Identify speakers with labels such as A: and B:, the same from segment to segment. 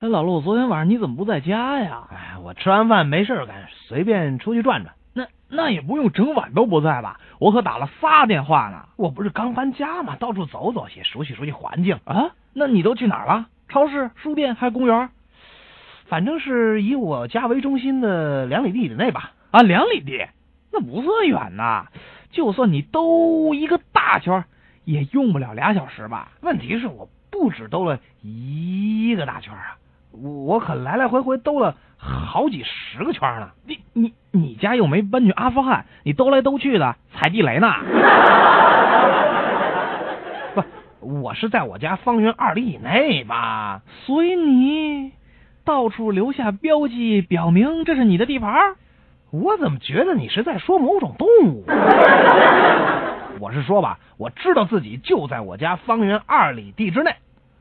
A: 哎，老陆，昨天晚上你怎么不在家呀？
B: 哎，我吃完饭没事儿干，随便出去转转。
A: 那那也不用整晚都不在吧？我可打了仨电话呢。
B: 我不是刚搬家嘛，到处走走，也熟悉熟悉环境。
A: 啊，那你都去哪儿了？超市、书店还是公园？
B: 反正是以我家为中心的两里地以内吧。
A: 啊，两里地，那不算远呐。就算你兜一个大圈儿，也用不了俩小时吧？
B: 问题是我不止兜了一个大圈儿啊，我可来来回回兜了好几十个圈儿呢。
A: 你你你家又没搬去阿富汗，你兜来兜去的踩地雷呢？
B: 不，我是在我家方圆二里以内吧？
A: 所以你到处留下标记，表明这是你的地盘儿。
B: 我怎么觉得你是在说某种动 物？我是说吧，我知道自己就在我家方圆二里地之内。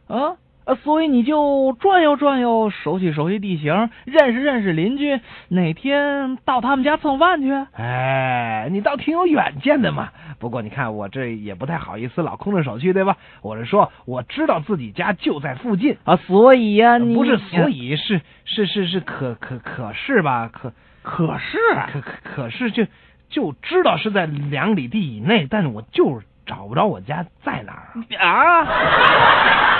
A: 啊，呃所以你就转悠转悠，熟悉熟悉地形，认识认识邻居，哪天到他们家蹭饭去？
B: 哎，你倒挺有远见的嘛。不过你看我这也不太好意思老空着手去，对吧？我是说，我知道自己家就在附近，
A: 啊，所以呀、
B: 呃
A: 你
B: 不是所以是是是是可可可是吧？可
A: 可是啊
B: 可可可是就就知道是在两里地以内，但是我就是找不着我家在哪儿啊。
A: 啊。